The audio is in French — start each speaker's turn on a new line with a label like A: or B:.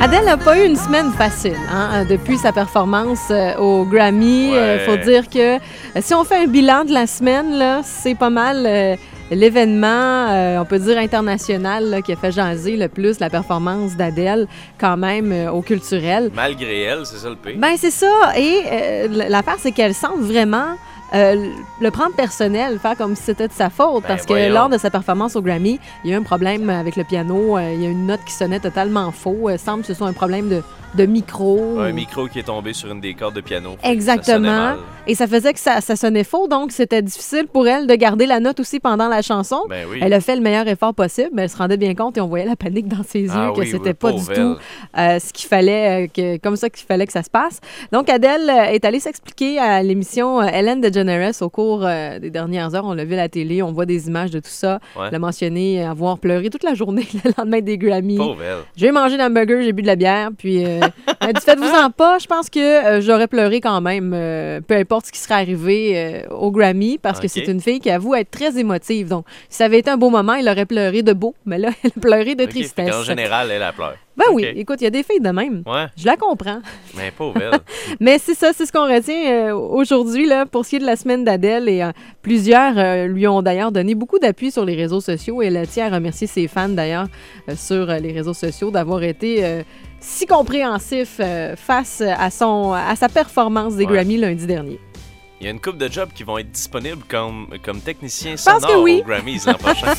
A: Adèle n'a pas eu une semaine facile hein, depuis sa performance euh, au Grammy. Il
B: Ouais.
A: faut dire que euh, si on fait un bilan de la semaine, là, c'est pas mal euh, l'événement, euh, on peut dire international, là, qui a fait jaser le plus la performance d'Adèle quand même euh, au culturel.
B: Malgré elle, c'est ça le pire.
A: Ben c'est ça. Et euh, l- l'affaire, c'est qu'elle semble vraiment euh, le prendre personnel, faire comme si c'était de sa faute.
B: Ben,
A: parce que
B: voyons.
A: lors de sa performance au Grammy, il y a eu un problème avec le piano. euh, il y a une note qui sonnait totalement faux. Il semble que ce soit un problème de, de micro.
B: Un micro qui est tombé sur une des cordes de piano. Ça sonnait
A: Exactement.
B: mal.
A: Et ça faisait que ça, ça sonnait faux. Donc, c'était difficile pour elle de garder la note aussi pendant la chanson.
B: Ben oui.
A: Elle a fait le meilleur effort possible, mais elle se rendait bien compte et on voyait la panique dans ses yeux
B: Ah
A: que
B: oui,
A: c'était
B: oui,
A: pas du
B: pauvre
A: tout euh, ce qu'il fallait, euh, que, comme ça qu'il fallait que ça se passe. Donc, Adèle euh, est allée s'expliquer à l'émission euh, Ellen DeGeneres au cours euh, des dernières heures. On l'a vu à la télé, on voit des images de tout ça.
B: Ouais.
A: Elle a mentionné euh, avoir pleuré toute la journée le lendemain des Grammys.
B: elle. Pauvre elle.
A: J'ai mangé d'hamburger, j'ai bu de la bière, puis euh, elle a dit faites-vous-en pas, je pense que euh, j'aurais pleuré quand même, euh, peu importe ce qui serait arrivé euh, au Grammy, parce que
B: Ok.
A: c'est une fille qui avoue être très émotive. Donc, si ça avait été un beau moment, elle aurait pleuré de beau, mais là, elle a pleuré de
B: Ok, fait
A: tristesse.
B: qu'en général, elle, a pleure.
A: Ben
B: Ok.
A: oui, écoute, il y a des filles de même.
B: Ouais,
A: Je la comprends.
B: mais pauvre elle.
A: Mais c'est ça, c'est ce qu'on retient euh, aujourd'hui là, pour ce qui est de la semaine d'Adèle. Et euh, plusieurs euh, lui ont d'ailleurs donné beaucoup d'appui sur les réseaux sociaux. Et elle tient à remercier ses fans d'ailleurs euh, sur euh, les réseaux sociaux d'avoir été euh, si compréhensifs euh, face à, son, à sa performance des
B: Ouais.
A: Grammys lundi dernier.
B: Il y a une coupe de jobs qui vont être disponibles comme, comme technicien
A: pense
B: sonore
A: que oui.
B: aux Grammys l'an prochain.